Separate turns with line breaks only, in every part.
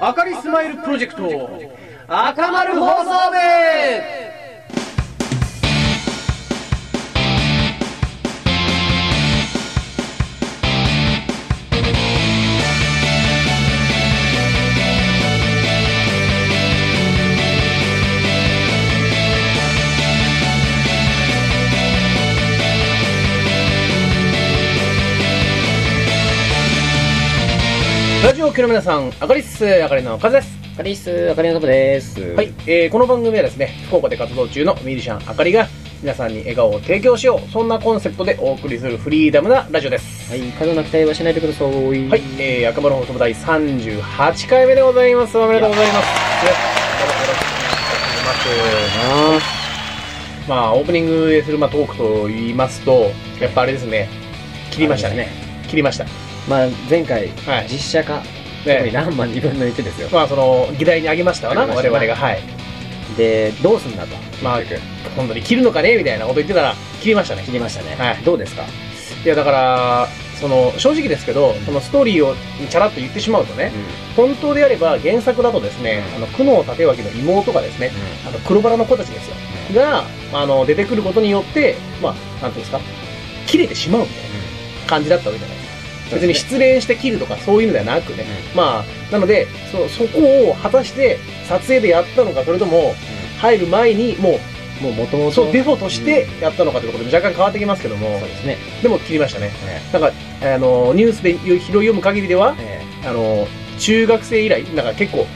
明かりスマイルプロジェクト赤丸放送部ラジオを聴きの皆さん、あかりっす、あかりのかずです。
カリス、あかりのとこです。
はい、えーこの番組はですね、福岡で活動中のミュージシャンあかりが皆さんに笑顔を提供しよう、そんなコンセプトでお送りするフリーダムなラジオです。
はい。過度な期待はしないでください。はい
はい、えー、赤丸放送部第38回目でございます。おめでとうございます。よろしくお願いしますまあ、オープニングでする、まあ、トークと言いますと、やっぱあれですね、切りましたね。切りました。
まあ、前回、
はい。
実写化、特に
ね、
ランマン2分の1ですよ。
まあ、その、議題に挙げましたわな、
挙
我
げましたな
々が。はい。
で、どうすんだと。
まあ
結局
本当に切るのかねみたいなこと言ってたら、切りましたね
切。りましたね。
はい
どうですか
いやだからその正直ですけど、そのストーリーをチャラっと言ってしまうとね、本当であれば原作だとですね、
うん
あの久能立脇の妹がですね、あの黒バラの子たちですよ、
う
があの出てくることによって、まあ、なんていうんですか、切れてしまうみたいな感じだったわけじゃないですか、別に失恋して切るとかそういうのではなくね、まあ、なのでそ、そこを果たして撮影でやったのか、それとも入る前に、も
もう元々
う、そうデフォとしてやったのかということで、若干変わってきますけども、
そうですね。
でも切りましたね。
え
なんか、あの、ニュースで拾い読む限りでは、
え
あの、中学生以来、なんか結構、
うん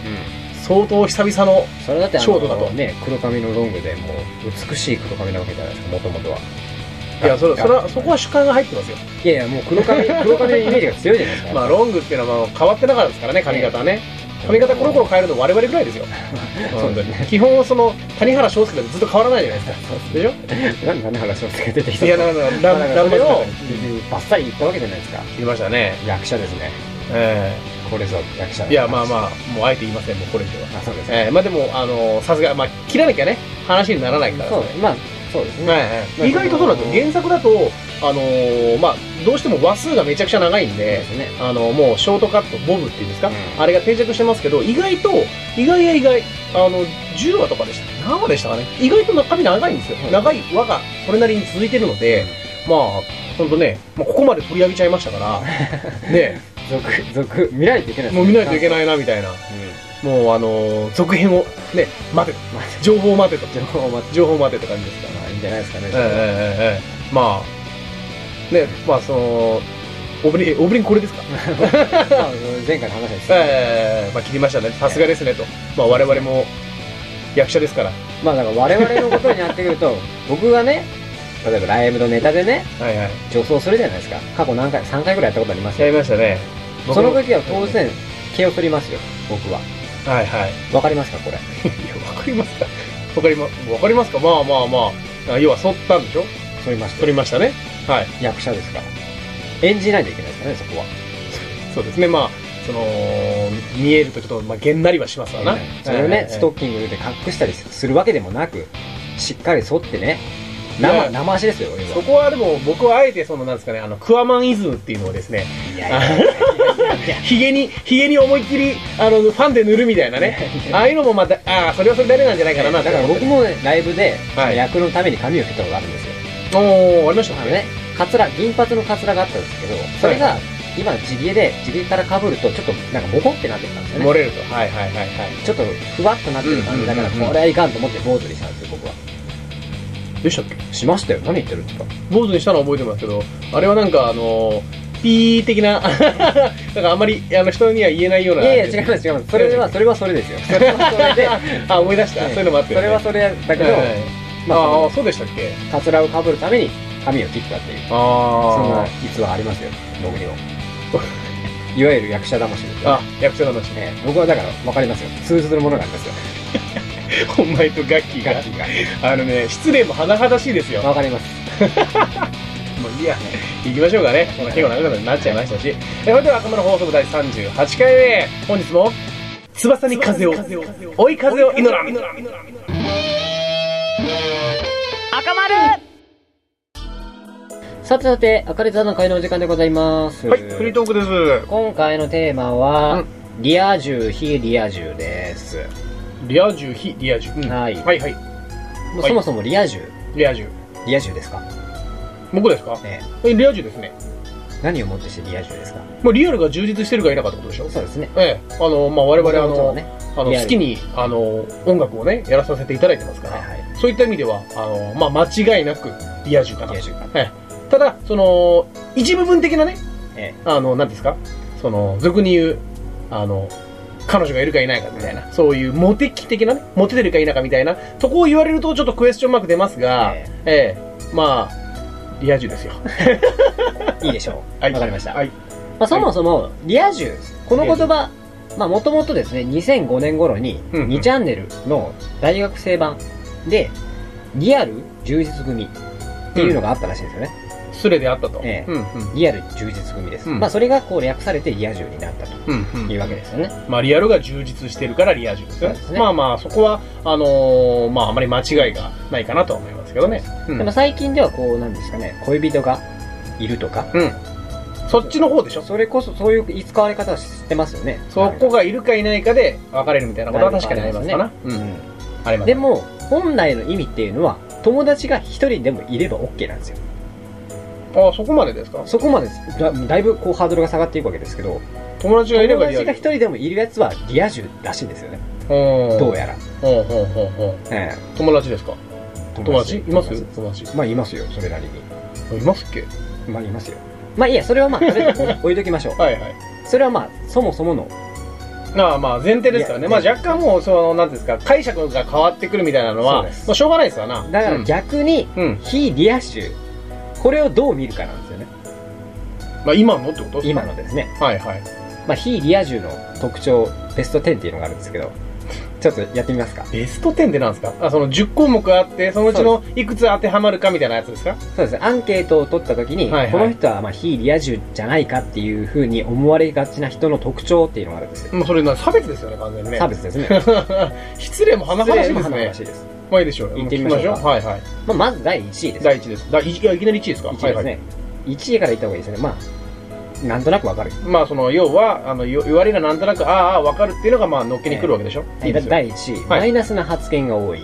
相当久々の、
それだってあ
ショートだと
の、ね、黒髪のロングで、もう、美しい黒髪なわけじゃないですか、もともとは。
いや、それ、
あ
それは、そこは主観が入ってますよ。
いやいや、もう黒 髪、黒髪のイメージが強いじゃないですか。
まあ、ロングっていうのはまあ変わってなかったですからね、髪型はね。髪型コロコロ変えるの我々ぐらいですよ。
そうですね
本当に基本はその、谷原章介なんてずっと変わらないじゃないですか。でしょ
なんであの話をつけてきた
いや、だから、
まあだ
ラ
か
ン
ら
ラン
そ
メ
れを
を
バッサリ言ったわけじゃないですか
切りましたね。
役者ですね
え
これぞ役者
えいや、まあま
あ
あ、もうあえて言いません、もうこれ以上は。
そうですね、
ええまあでも、あの、さすが、まあ、切らなきゃね、話にならないから。
そうまあそうですね、
はい
まあ
意外とそうなんですよ原作だと、あのーまあ、どうしても話数がめちゃくちゃ長いん
そう
で
で、すね
あのもうショートカットボブっていうんですか、
うん
あれが定着してますけど意外と意外や意外あの10話とかでした何話でしたかね意外と中身長いんですよ、
うん
長い輪がそれなりに続いてるので、まあ本当ね、まあ、ここまで取り上げちゃいましたから ね
続続見られていけない
もう見ないといけ
い、
ないなみたいな
う
もうあのー続編をね待て
ん、まあ
情報を待てと
情報を待
情報を待てって感じですか
つ
ら
まあいいんじゃないですかね、
ええええええまあねまあそのオープニングオープニングこれですか、
まあ前回の話です、
ええまあ切りましたねさすがですねと、まあ、我々も役者ですから
まあだから我々のことになってくると 僕がね例えばライブのネタでね
はいはい
女装するじゃないですか過去何回3回ぐらいやったことあります
や
よ
りましたね僕
その
も
時は当然毛を取りますよ僕は
はいはい
わかりますかこれ
いやわかりますかわかりまわかりますかまあまあまああ要は剃ったんでしょ
取りました
剃りましたねはい
役者ですから演じないといけないですからねそこは
そうですねまあその見えるとちょっと、まあ、げんなりはしますわな、
それを
はいはい
ね
はい
ストッキングで隠したりするわけでもなくしっかり剃ってね
いや
生生足ですよ俺
そ
は
こはでも僕はあえてそのなんですかねあのクワマンイズムっていうのをですね
いやいやいや
ひげに、ひげに思いっきり、あの、ファンで塗るみたいなね。ああいうのもまた、ああ、それはそれ誰なんじゃないかな、
だ
なんて
から僕もねライブで
はい
役のために髪を切ったことがあるんですよ
おー、ありました
あ
か
のねカツラ銀髪のカツラがあったんですけどそれが今地毛で地毛から被るとちょっとなんかモコってなってきたんですよね
漏れると。はいはいはいはい。
ちょっとふわっとなってる感じだから
うんうん
こ
うんうん
れはいかんと思って坊主にしたんですよ僕は
でしたっけ
しましたよ何言ってるんですか
坊主にしたのは覚えてますけど、あれはなんかあのピー的な、 なんかあんまり、あの、人には言えないような。
いやいや違います違いますそれはそれはそれですよそれはそ れで
あ、思い出した。そういうのもあって、
それはそれだけど、
はい
まあ
ああ、そうでしたっけ
カツラをかぶるために髪を切ったっていうそんな
あ
逸話ありますよ僕にも いわゆる役者魂です
あ。
よ
あ、役者の話。
ええ僕はだから分かりますよ通ずるものがありますよ
お前とガッキー
ガ
が
ッ。キーが
あのね、失礼も甚だしいですよ。
分かります
もういいや、行きましょうかね。まあ、結構長くなっちゃいましたし。えそれでは、赤間の放送部第38回目。本日も、翼に風を、追い風を祈らん。赤丸
さてさて明るい座の会のお時間でございます
はい、フリートークです。
今回のテーマは、
うん
リア充、非リア充です。
リア充、非リア充。うん
はい。
はいはい。
もうそもそもリア充、
リア充。
リア充ですか
僕ですか
ね
えリア充ですね。
何をもってしてリア充ですか
まあ、リアルが充実してるか否かってことでしょ
そうですね。
ええ。あの、まあ、我々、あ
元々は
の、
ね、
あの
リアル
好きに、あの、音楽をね、やらさせていただいてますか
はい
ら、
は
そういった意味では、あの、まあ、間違いなく、リア充か
い。
な
リア。充か。
ただ、その、一部分的なね、
え
あの、なんですかその、俗に言う、あの、彼女がいるかいないかみたいな、そういうモテ期的なね、モテてるか否かみたいな、とこを言われるとちょっとクエスチョンマーク出ますが、
え
ええ、まあ、リア充ですよ。
えいいでしょう。
は
わ
い
かりました。
はい
まあ、そもそも、リア充、この言葉、まあ、もともとですね、2005年頃に、
うんうん
2チャンネルの大学生版で、リアル充実組っていうのがあったらしいんですよね。
スレであったと。
ええ
うんうん
リアル充実組です。
うん
まあ、それがこう略されてリア充になったと
うんう
い
ん
うわけですよね。
まあ、リアルが充実してるからリア充ですよね
そうですね
まあまあ、そこは、あのーまあ、あまり間違いがないかなとは思いますけどね。うん
でも最近ではこう、なんですかね、恋人がいるとか、
そっちの方でしょ
それこそそういう言い使われ方してますよね。
そこがいるかいないかで別れるみたいなことは確かにありますかな。う。
うんん。
あります。
でも、本来の意味っていうのは、友達が一人でもいれば OK なんですよ。
あそこまでですか
そこまでだだいぶこうハードルが下がっていくわけですけど、
友達がいれ
友
ばリア
達
ル
が一人でもいるやつはリア充らしいんですよね。
うん
どうやら。
ほうほうほうほ
え
う友達ですか
え
友達います
友
友達
まあいますよ、それなりに。
いますっけ
まあいますよ。まあいいや、それはまあ、とりあえず置い置いときましょ う。
はいはい。
それはまあ、そもそもの、
ああまあ前提ですからね。
い
まあ
や
若干もう、その、なんていうんですか、解釈が変わってくるみたいなのは、
そうです
まあしょうがないですわな。
だから逆に、
うん。うん。
非リア充、これをどう見るかなんですよね。
まあ今のってこと
今のですね。
はいはい。
まあ、非リア充の特徴、ベスト10っていうのがあるんですけど、ちょっとやってみますか。
ベスト10ってなんですかあ、その10項目あって、そのうちのいくつ当てはまるかみたいなやつですか
そうですね。アンケートを取った時に、
はいはい
この人はまあ非リア充じゃないかっていうふうに思われがちな人の特徴っていうのがあるんですよ。
もうそれな、差別ですよね、完全にね。
差別ですね。
失礼も甚だしい
華
です
々
ね
し。いです。
まあいいでしょう。
行ってみましょうか
行きはいはい。
まあ、まず第1位です。
第一です。第一いやいきなり1位ですか
1位です
はいは
ね。1位から言った方がいいですね。まあ、なんとなくわかる。
い。まあ、その、要は、あの、よ言われがなんとなく、ああああ、わかるっていうのが、まあ、乗っけに来るわけでしょ、いいですよ。へ
第1位、
はい
マイナスな発言が多い。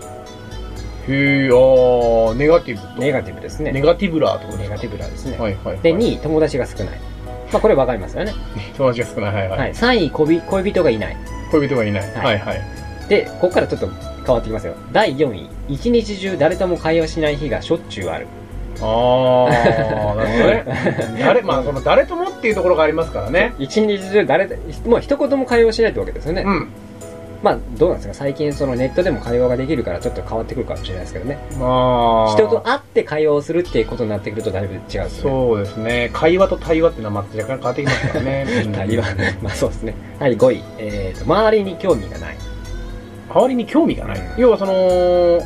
え、ああ、ネガティブと。
ネガティブですね。
ネ
ネ
ガティブラーってことです
ガテ
ィ
ィブラですね。
はいはい、はい。
で、2位、友達が少ない。まあ、これわかりますよね。
友達が少ない。はいはい。
はい。3位、恋恋人がいない。
恋人がいない。は
はいい
はい。
で、ここからちょっと変わってきますよ。第4位、一日中誰とも会話しない日がしょっちゅうある。
ああ、なる ほどね。誰、まあ、その、誰ともっていうところがありますからね。
一日中誰と、もう一言も会話しないってわけですよね。
うん。
まあ、どうなんですか最近そのネットでも会話ができるからちょっと変わってくるかもしれないですけどね。
まあ。
人と会って会話をするっていうことになってくるとだいぶ違うんですよね。
そうですね。会話と対話っていうのは、また若干変わってきますからね。う ん
対話。まあそうですね。はい、5位。えーと、周りに興味がない。
周りに興味がない。
うん
要はその、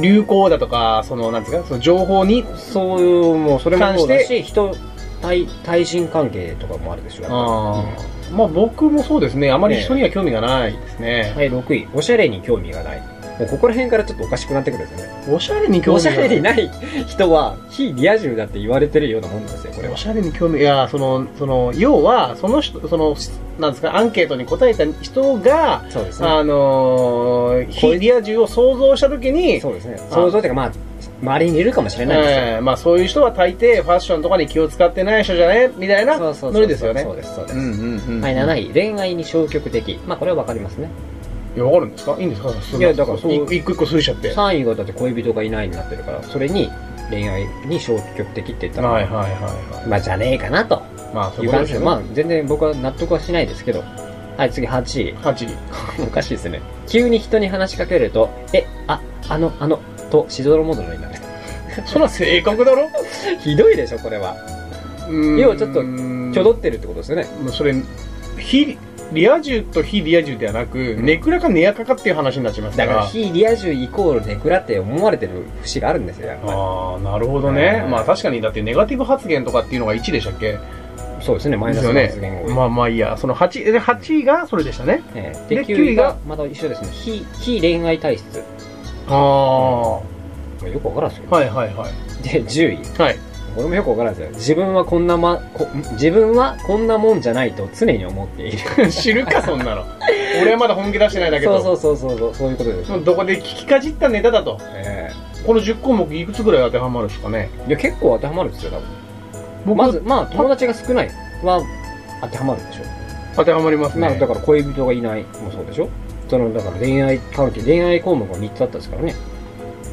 流行だとか、その、なんですか、その情報に、
そういう、もうそれもそう
関
だ
し
し、人、対、対人関係とかもあるでしょう。やっ
あ
ぱ
ーまあ僕もそうですね。あまり人には興味がないです
り
ね。
はい、6位。おしゃれに興味がない。もうここら辺からちょっとおかしくなってくるんですよね。
おしゃれに興
おし
味が
ゃ
ない。
れにない人は、非リア充だって言われてるようなもんなんですよ、これは
お。しゃれに興味、いや、その、その、要は、その人、その、なんですか、アンケートに答えた人が、
そうですね。
あのー、
こ
非
い
リア充を想像したときに、
そうですね。想像というか、まあ、周りにいるかもしれないですよ。
えーまあそういう人は大抵ファッションとかに気を使ってない人じゃねみたいな
そうそうそう
ノリですよね
そう。です、そうで
う
す。
んうんうん。
はい、
い
7位。恋愛に消極的。まあ、これはわかりますね。
や、わかるんですかいいんですか
いやだからそう
一個一個推しちゃって。
3位がだって恋人がいないになってるから、それに恋愛に消極的って言ったら、
はいはいは
まあ、じゃねえかなと
いはい。まあ、そう
い
いう
う感
ことで
じ
す
で
よ
す、
ね。
まあ、全然僕は納得はしないですけど。はい、次8位。
8位。
おかしいですね。急に人に話しかけると、え、あ、あの、あの、と、しどろもどろになる。
そんな性格だろ
ひどいでしょ、これは。要はちょっと
挙
挙動ってるってことですよね。
もうそれ、非、リア充と非リア充ではなく、
ん
ネクラかネアカかっていう話になっちゃいますか
だから、
ら。
非リア充イコールネクラって思われてる節があるんですよ、やっぱ
ああ、なるほどね。
うん
まあ確かに、だってネガティブ発言とかっていうのが1でしたっけ
り。そうですね、マイナスの
です
発
よ
言
ね
が多い。
まあまあいいや。その8、で8位がそれでしたね。
ええ
で
で、9位が、また一緒ですね。非、非恋愛体質。
ああ、は
よくわからんっすよ。
いはいはい。
で、10位。
はい。
これもよくわからないですよ。自分はこんなま、こ自分はこんなもんじゃないと常に思っている。
知るか、そんなの。俺はまだ本気出してないだけ
そう
ど。
そうそうそうそう、そういうことです。
もうどこで聞きかじったネタだと。
え
この10項目いくつぐらい当てはまるんですかね。
えいや、結構当てはまるんですよ、多分。
僕
まず、まあ、友達が少ないは当てはまるでしょ。
当てはまります
まあ、
ね
だ。から恋人がいないもそうでしょその、だから恋愛関係、恋愛項目が3つあったんですからね。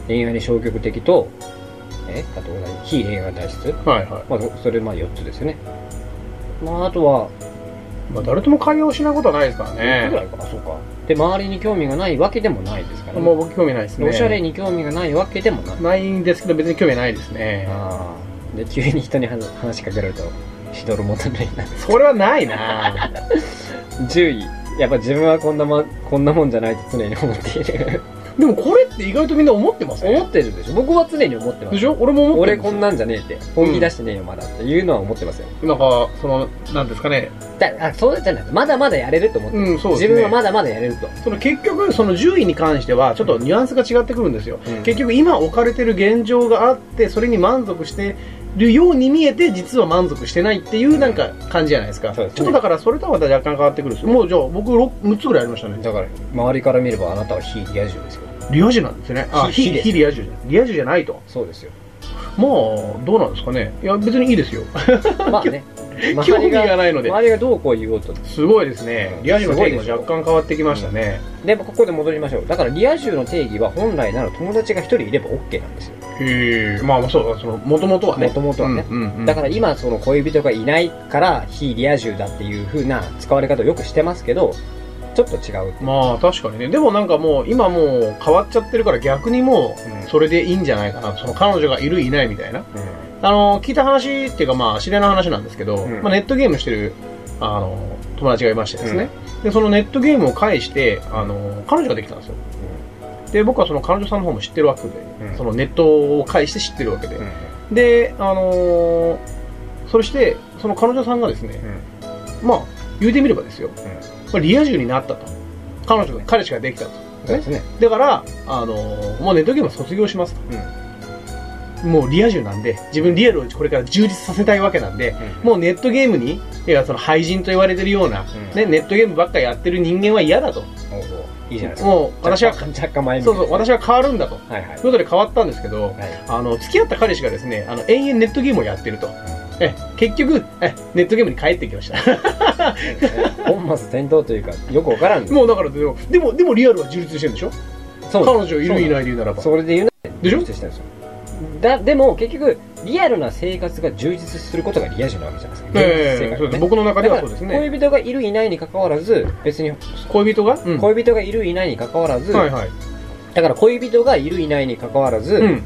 恋愛に消極的と、えあと何、非恋愛体質
はいは
まあ、それ、まあ4つですよね。まあ、あとは、
い。まあ、誰とも会話をしないことはないですから
4つぐら
ね。
いかな、そうか。で、周りに興味がないわけでもないですからね。
もう僕興味ないですね。
おしゃれに興味がないわけでもない。
ないんですけど、別に興味ないですね。
ああ。で、急に人に話話しかけられると、しどろもたないな。
それはないな
10位。やっぱ自分はこんなま、こんなもんじゃないと常に思っている。
でもこれって意外とみんな思ってま す
思
ね。
ってるでしょ僕は常に思ってます。
でしょ俺も思って
俺
るんです
こんなんじゃねえって。本気出してねえよ、まだっていうのは思ってますよ。
なんか、その、なんですかね。
だあ、そうじゃない。まだまだやれると思って。
うん、そうですね。
自分はまだまだやれると。
その結局、その10位に関しては、ちょっとニュアンスが違ってくるんですよ。
うん
結局、今置かれてる現状があって、それに満足してるように見えて、実は満足してないっていうなんか感じじゃないですか。
そうですね
ちょっとだから、それとはまた若干変わってくるんですよ。もうじゃあ、僕6、6つぐらいありましたね。
だから、周りから見ればあなたは非リア充ですよ。
リア充なんですね。あ、
非
非
非です
非リア充じゃない。リア充じゃないと。
そう ですよ。
まあ、どうなんですかね。いや、別にいいですよ。
まあ ね。
興
周り
味
が、
がないので。
周りがどうこう言おうと。
すごいですね。リア充の定義も若干変わってきましたね。
で、ここで戻りましょう。だから、リア充の定義は本来なら友達が一人いれば OK なんですよ。
へえ、まあまあそうだ、その、もともとはね。
もともとはね。
うんうんうん
だから今、その恋人がいないから、非リア充だっていう風な使われ方をよくしてますけど、ちょっと違う。
まあ確かにね。でもなんかもう今もう変わっちゃってるから逆にもうそれでいいんじゃないかな。その彼女がいるいないみたいな。あの、聞いた話っていうかまあ知り合いの話なんですけど、
うん
まあネットゲームしてる、あの、友達がいましてですね。で、そのネットゲームを介して、あの、彼女ができたんですよ。で、僕はその彼女さんの方も知ってるわけで、
うん
そのネットを介して知ってるわけで。
うん
で、あのそして、その彼女さんがですね、まあ、言うてみればですよ。まあ、リア充になったと。彼女が、彼氏ができたと。
そうですね。
だから、あのーもうネットゲームは卒業しますと。もうリア充なんで、自分リアルをこれから充実させたいわけなんで、
も
もうネットゲームに、いや、その廃人と言われてるような、
うん
ね、ネットゲームばっかやってる人間は嫌だと。
う、いいじゃないですか。
もう私は、
若干若干前向
そ
きで
うそう、
すね
私は変わるんだと。
はいはい。
ということで変わったんですけど、あの、付き合った彼氏がですね、あの、延々ネットゲームをやってると。え、結局、え、ネットゲームに帰ってきました。
本末転倒というか、よくわからんです。
もうだからでも、でも、でもリアルは充実してるんでしょ
そ
彼
う
女いるいないで言うならば。
それで言うな
でしょ
充実してるんですよだでも結局リアルな生活が充実することがリア充なわけじゃないですか、
ええ
現実生活
そう
が
です
ね
僕の中で
だか
は
ら
そうですね。
恋人がいるいないに関わらず別に
恋人が、うん、
恋人がいるいないに関わらず、
はいはい。
だから恋人がいるいないに関わらず、
うん。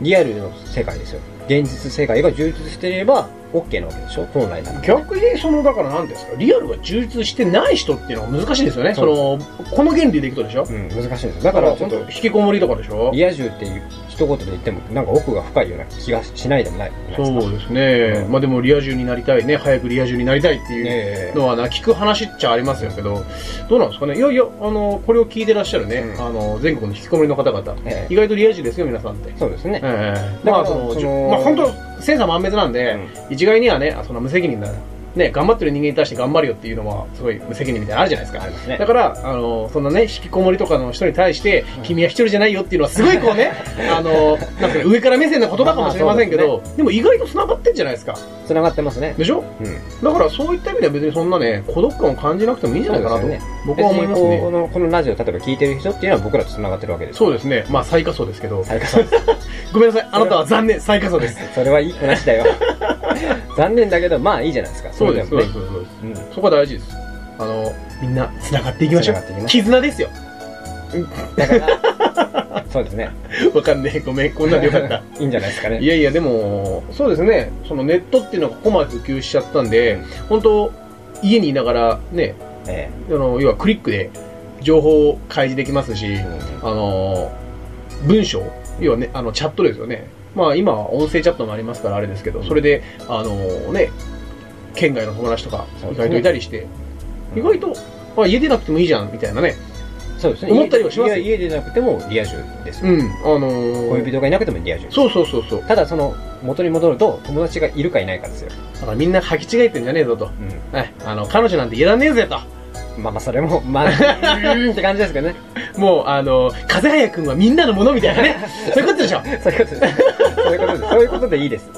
リアルの世界ですよ現実世界が充実していれば OK なわけでしょ本来なら
逆に、その、だから何ですか、リアルが充実してない人っていうのは難しいですよね。そ
そう
の、この原理でいくとでしょ
うん、難しいんですよだ
だか、
からら
ちょ
本
っ
当
と、引きこもりとかでしょ
リア充っていう一言で言ってもなんか奥が深いような気がしないでもない
そうですね。
うん
まあでも、リア充になりたいね。早くリア充になりたいっていう
ね
のはな、聞く話っちゃありますよけど、どうなんですかね。いやいや、あの、これを聞いてらっしゃるね、
うん
あの、全国の引きこもりの方々、
え
意外とリア充ですよ、皆さんって。
そうですね、
ええ
だから
まあその
その
じゅまあ本当千差万別なんで、一概にはねあその無責任なね頑張ってる人間に対して頑張るよっていうのはすごい無責任みたいなのあるじゃないです
あ
か
りますね
だから、あの、そんなね、引きこもりとかの人に対して、君は一人じゃないよっていうのは、すごいこうね、あの、なんかね上から目線の言葉かもしれませんけ
ま
ど、でも意外と繋がってんじゃないですか。
繋がってますね。
でしょ
うん。
だからそういった意味では別にそんなね、孤独感を感じなくてもいいんじゃないかなと
そうですよ、
僕は思います
別にこ
ね。
の、このラジオ、例えば聞いてる人っていうのは僕らと繋がってるわけです。
そうですね。まあ、最下層ですけど。
最下層です。
ごめんなさい。あなたは残念、最下層です。
それはいい話だよ。残念だけど、まあいいじゃないですか。
そうです、
そ
そう
れ
です、
もね
そうです。
うん。
そこは大事です。あの、みんな、繋がっていきましょう
繋がっていき。まし
絆ですよ。
だから、そうですね。
わかんねえ。ごめん。こんなんでよかった。
いいんじゃないですか
い
ね。
やいや、でも、そうですね。そのネットっていうのがここまで普及しちゃったんで、本当家にいながら、ね、
え
あの、要はクリックで情報を開示できますし
え。、うん
あの、文章、要はね、あの、チャットですよね。まあ、今は音声チャットもありますから、あれですけど、それで、あの、ね、県外の友達とか
そ、うで
意
すね
外といたりして、意外と、あ、家出なくてもいいじゃん、みたいなね。
そうですね。
思ったりはしますよ
いや家でなくてもリア充です
う
よ。
ん、あのー
恋人がいなくてもリア充。
そうそうそうそう。
ただその、元に戻ると、友達がいるかいないかですよ。
だからみんな履き違えてんじゃねえぞと。
う
はい。あの、彼女なんていらねえぜと。
ん。まあまあ、それも、ま あ、うーんって感じですけどね。
もう、あの、風早くんはみんなのものみたい なね。そういうことでしょ。
そういうことです。そういうことです。そういうことでいいです。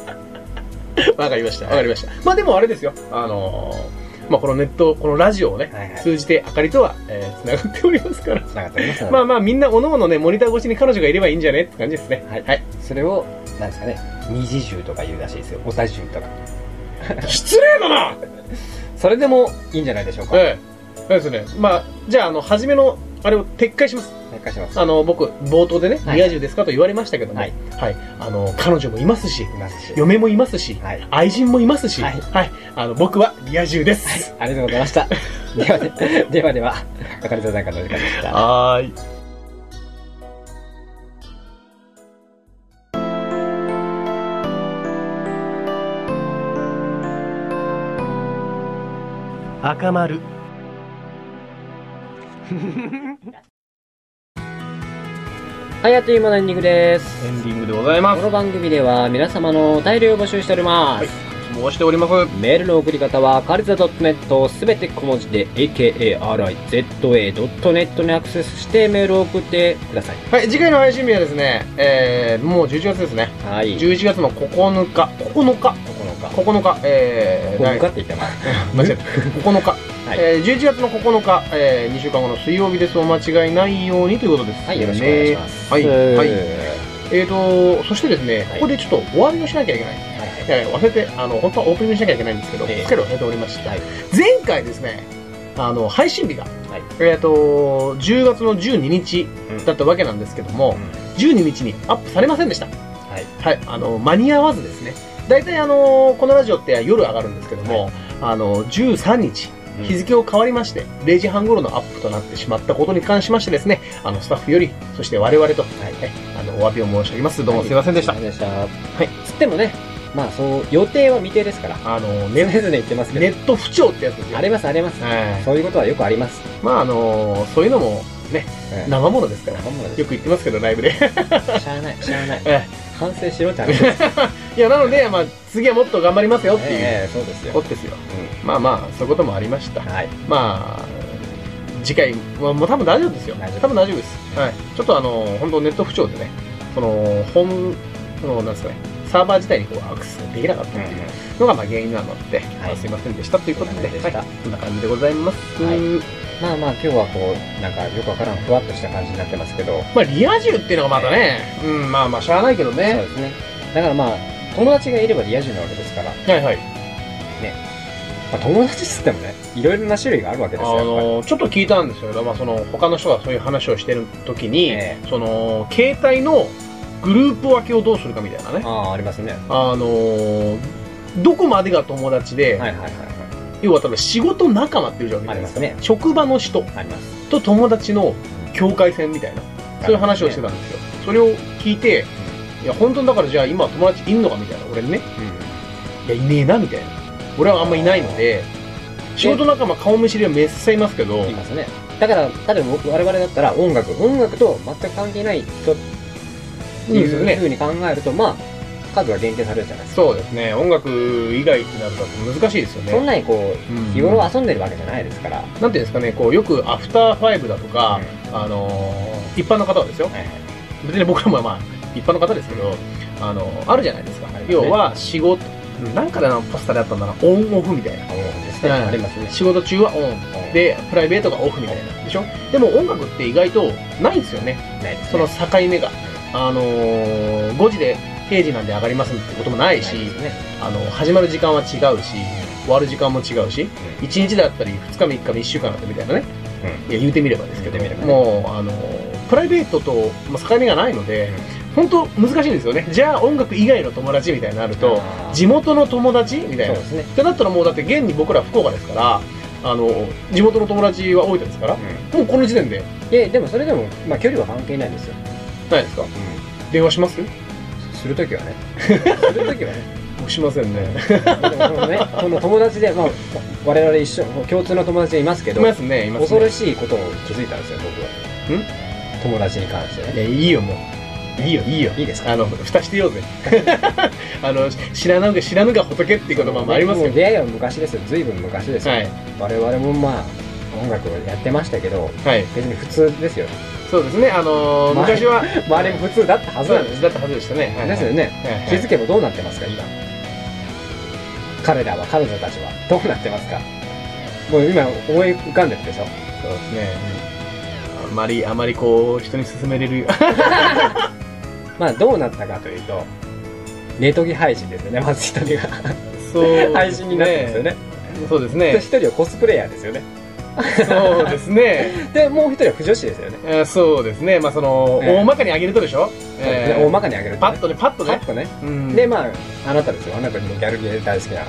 わかりました。わかりました。まあでもあれですよ。あのーまあこのネット、このラジオをね、
はいはい
通じてあかりとは、えー、繋がっておりますから。
つながっておりますので
まあまあみんな各々ね、モニター越しに彼女がいればいいんじゃねって感じですね。
はい
はい。
それを、なんですかね、二次重とか言うらしいですよ。おた重とか。
失礼だな
それでもいいんじゃないでしょうか。
ええ。そうですね。まあ、じゃあ、あの、初めの、あれを撤回します。
お願いします。
あの、僕、冒頭でね、
はい
リア充ですかと言われましたけども、
はい
あの、彼女もいますし、
いますし。
嫁もいますし、
はい。
愛人もいますし、は。
はいい
あの、僕はリア充です。
ありがとうございま した。ではで、ではでは、わかりづらいかのお時間でした。
はーい。赤丸。
はい、あっという間のエンディングです。
エンディングでございま
この番組では皆様のお便りを募集しております。
はい申しております。
メールの送り方は、カリザ .net すべて小文字で、akariza.net にアクセスしてメールを送ってください。
はい、次回の配信日はですね、えー、もう11月ですね。
はい。9
11月の9日、9日、
日。
9日、えー、
9日って言ったな。
間違えた9日、
はい
えー11月の9日、え2週間後の水曜日ですお間違いないようにということですね、
はい、よろしくお願いします。
はいはい
え
えーとそしてですね、
はい
ここでちょっとお詫びをしなきゃいけない
ーはい
いやいや忘れてあの本当はオープニングしなきゃいけないんですけど、
ええ
すっかり忘れておりました、
はい
前回ですねあの配信日が、
はい
えー、と10月の12日
うん
だったわけなんですけども、
うん
12日にアップされませんでした
はい
はい、あの間に合わずですね大体あのこのラジオって夜上がるんですけども、あの13日
うん
日付を変わりまして、0時半頃のアップとなってしまったことに関しましてですね、あの、スタッフより、そして我々と、
はい
えあの、お詫びを申し上げます。どうもすいませんでした。
すいませんでした。
はい。
つってもね、まあそう、予定は未定ですから。
あの、
常
ネ
々言ってますけ
ネ
ど。
ット不調ってやつですよ。
ありますあります。
はい。
そういうことはよくあります。
まあ、あの、そういうのも、ね、
うん
生ものですから。よ
頑張る
く言ってますけど、ライブで。
しゃあない、しゃあない。
え
反省しろって話 ですよ。
えいや、なので、まあ、次はもっと頑張りますよっていう
ええそうです
こ
よ。
とですよ。まあまあ、そういうこともありました。
はい。
まあ、次回、まあ、もう多分大丈夫ですよ
大丈夫。
多分大丈夫です。はい。ちょっとあの、本当ネット不調でね、その、ホーム、その、なんですかね、サーバー自体にこうアクセスできなかったっていうのが、まあ原因なので、まあすいませんでしたということで、
すいませんでした
はいこんな感じでございます。
はいまあまあ今日はこう、なんかよくわからんふわっとした感じになってますけど、
まあ、リア充っていうのがまたね、うん、まあまあ、しゃあないけど
そう
ね。
ですね。だからまあ、友達がいればリア充なわけですから、
はいはい。
まあ友達っつってもね、いろいろな種類があるわけ
あ
ですよ。やっぱり
の、ちょっと聞いたんですよ。まあ、その、他の人がそういう話をしてる時に、
え
その、携帯のグループ分けをどうするかみたいなね。
ああ、ありますね。は
あのーどこまでが友達で、
いはいはいは
要は多分仕事仲間っていうじゃんみたいな
ありますね
職場の人
い。あります。
と友達の境界線みたいなそういう話をしてたんですよ、それを聞いていや本当にだからじゃあ今友達いんのかみたいな俺ね
うん。
いやいねえなみたいな俺はあんまいないので仕事仲間顔見知りはめっさいますけど
いますね。だから、例えば僕我々だったら音楽、音楽と全く関係ない人って
いい
い
ですよ
う
ね
ふうに考えると、まあ、数が限定されるじゃないですか。
そうですね音楽以外になると難しいですよね
そんなにこう、
うん
日頃遊んでるわけじゃないですから。
なんていうんですかねこうよくアフターファイブだとか
うん、
あのー一般の方はですよ
はいはい
別に僕らもまあ一般の方ですけどあのあるじゃないですか、
ありますね
要は仕事なんかでなポスターであったんだなオンオフみたいな
あのですね、
うん
ありますね。
仕事中はオン
で、
でプライベートがオフみたいなでしょでも音楽って意外とないんですよね
ないです
そ
ね
の境目があのー5時で定時なんで上がりますってこともないし、
ないですね
あの始まる時間は違うし終わる時間も違うし
うん
1日だったり2日3日3週間だったりみたいなね、いや言うてみればですけど、
言うてみれば
もうあのプライベートと、まあ、境目がないので、本当難しいんですよねじゃあ音楽以外の友達みたいになると
あー
地元の友達みたい
そう
な
ですね。
ってなったらもうだって現に僕ら福岡ですからあの地元の友達は多いですからもうこの時点で
で、でもそれでも、まあ距離は関係ないですよ。
ないですか電話します
するときはね。するときはね。
もうしませんね
でもそのね、その友達で、まあ、我々一緒、共通の友達がいますけ
い
ど、
ますねいます
恐ろ
ね
しいことを気づいたんですよ、僕は。友達に関してね
いや、いいよ、もう。いいよ、いいよ。
いいですか
あの、蓋してようぜ。 あの、知らぬが、知らぬが仏っていう言葉もありますけ
もう
ど。
出会いは昔ですよ随分昔ですよ、
はい。
我々もまあ音楽をやってましたけど
はい。
別に普通ですよ
そうですね、あの ー
まあ
昔は、
周りも普通だったはず
そう
な
なんん
で
です。だったはずでしたね。はい、
すよね
はいはい
気づけばどうなってますか今彼らは彼女たちはどうなってますかもう今思い浮かんでるでしょ
そうですね。あまり、あまりこう、人に勧め れる。
まあどうなったかというとネトゲ配信ですよねまず一人が
そうですね
配信になってますよ。ね
そうです
で
ね。
一人はコスプレイヤーですよね
そうですね。
でもう一人は不女子ですよね
えーそうですね。まあ、その、
ええ
大まかに上げるとでしょ
そうですね
えー
大まかにあげると
パ
ね
ッとね、パッと
パ
ね
ッ。とね
うん
でまああなたですよあなたにもギャルゲー大好きな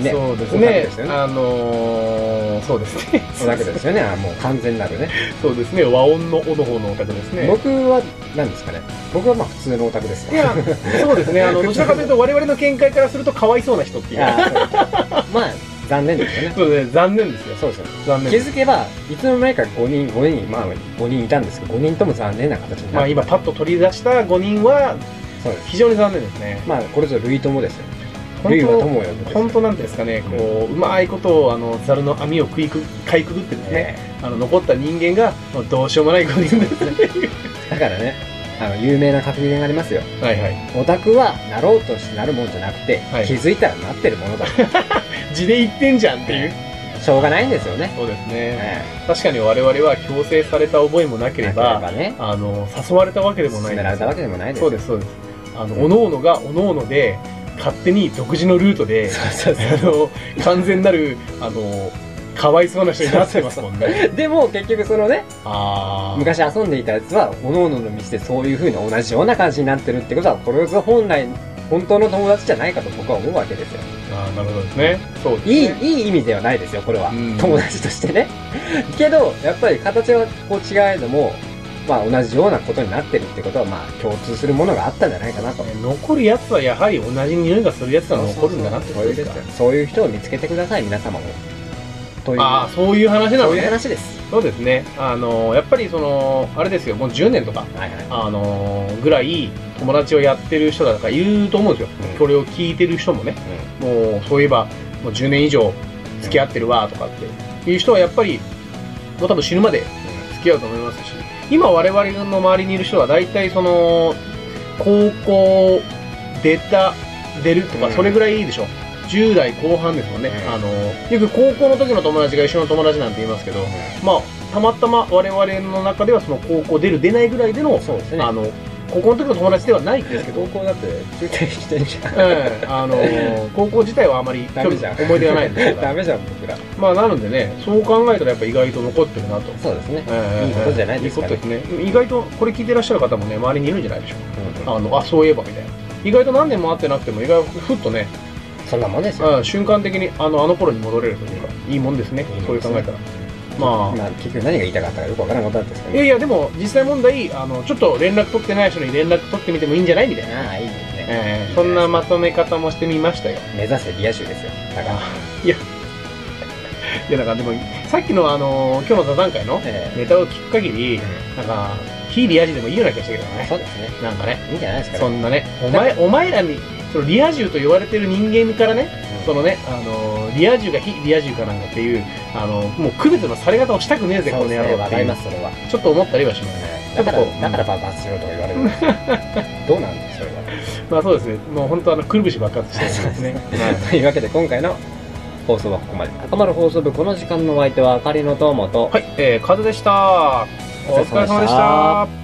ね
そうです
オタク
ね
ですよ。ね
あのー、そうですね。
オタクですよねあもう完全なるね
そうですね。和音のおの方のオタクですね。
僕は何ですかね僕はまあ普通のオタクです
いや、そうですね。あの、どちらかというと、我々の見解からすると、かわいそうな人って
い
いう。
やまあ残念ですよね
そうですね。残念ですよ。
そうですよね
残念
気
です。
づけばいつの間にか5人5人まあ5人いたんですけど5人とも残念な形に
ま
な
あ、
る、
今、パッと取り出した5人は、
そうです
非常に残念ですね。
まあこれぞ類友ですよ
本
類は
当
友よですよ
本当なんですかね、こう、うまいことを、あの、ザルの網を食いく、かいくぐってですね、
ね
あの、残った人間が、もうどうしようもない5人です ね。
だからねあの有名な格言がありますよ
はいはい。
オタクはなろうとしてなるもんじゃなくて、
はい
気づいたらなってるものだと
地で言ってんじゃんって いう。
しょうがないんですよね
そうです
え
ね。
え
確かに我々は強制された覚えもなければ、
なければね
あの誘われたわけでもな
勧
い
められたわけでもないです
そうですそうですあの、各々が各々で勝手に独自のルートで
そうそうそう
あの完全なるあのかわいそうな人になってますも んね
でも結局そのね
ああ
昔遊んでいたやつは各々の道でそういう風に同じような感じになってるってことはこれぞ本来 本当の友達じゃないかと僕は思うわけですよ
あーなるほどですねそうです
いい
ね
いい意味ではないですよこれは、
うん
友達としてね けどやっぱり形はこう違えどもまあ同じようなことになってるってことはまあ共通するものがあったんじゃないかなと
残るやつはやはり同じ匂いがするやつが残るんだなってこ
そうい
と
う
ですか
そういう人を見つけてください皆様もという
ああそういう話な
そ
の
ういう
ね
話です
そうですねあのやっぱりそのあれですよもう10年とか
はいはい
あのぐらい友達をやってる人だとかいると思うんですよ、
うん
これを聞いてる人もねもうそういえばもう10年以上付き合ってるわとかっていう人はやっぱりもう多分死ぬまで付き合うと思いますし今我々の周りにいる人は大体その高校出た出るとか
うん
それぐらいいいでしょ、10代後半ですもんね、
うん
あのよく高校の時の友達が一緒の友達なんて言いますけどまあたまたま我々の中ではその高校出る出ないぐらいでの
そうですね
あの高校の時の友達ではないんですけど
高校だって中退してんじゃん
うんあのー高校自体はあまり
ダメじゃん
思い出がないんですか
ダ
ら
メじゃん僕ら
まあなのでねそう考えたらやっぱ意外と残ってるなと、
そうですね
ええ
いいことじゃないですかね
いいことですね意外とこれ聞いてらっしゃる方もね周りにいるんじゃないでしょう
う
かあのあそういえばみたいな意外と何年も会ってなくても意外とふっとね、
んそんなもんですよ
うん瞬間的にあのあの頃に戻れるというかいいもんですね
いいもんですね
こういう考えたらまあ
まあ結局何が言いたかったかよくわからんことなんですけ
い
ど
や
ね
いやでも実際問題あのちょっと連絡取ってない人に連絡取ってみてもいいんじゃないみたいな、
ああいいですね
ええそんなまとめ方もしてみましたよ
目指せリア充ですよだから
いや、いやだからでも、さっきのあのー今日の座談会の
え
ネタを聞く限り、
え
なんか、非リア充でもいいような気がしたけどね。
そうですね
なんかね、
いいんじゃないですか
そ
ね
んなね、お前、お前らに、そのリア充と言われてる人間からね、そのね、あのーリア充が非リア充かなんかっていう、あのーもう区別のされ方をしたくねえぜ、
そ
こ
う
の
で
野
すね
郎
わ
って
か
い
り
う
ますそれは
ちょっと思ったりはします
だ
ね。
から
ちょっとこう
だから爆発しろとか言われるんですよどうなんですそれは
まあそうですね、もう本当あの、くるぶし爆発してるんですね。 はい
というわけで今回の放送はここまで赤丸放送部この時間のお相手はあかりのともと
はい、えー、カズでした。お疲れ様でした。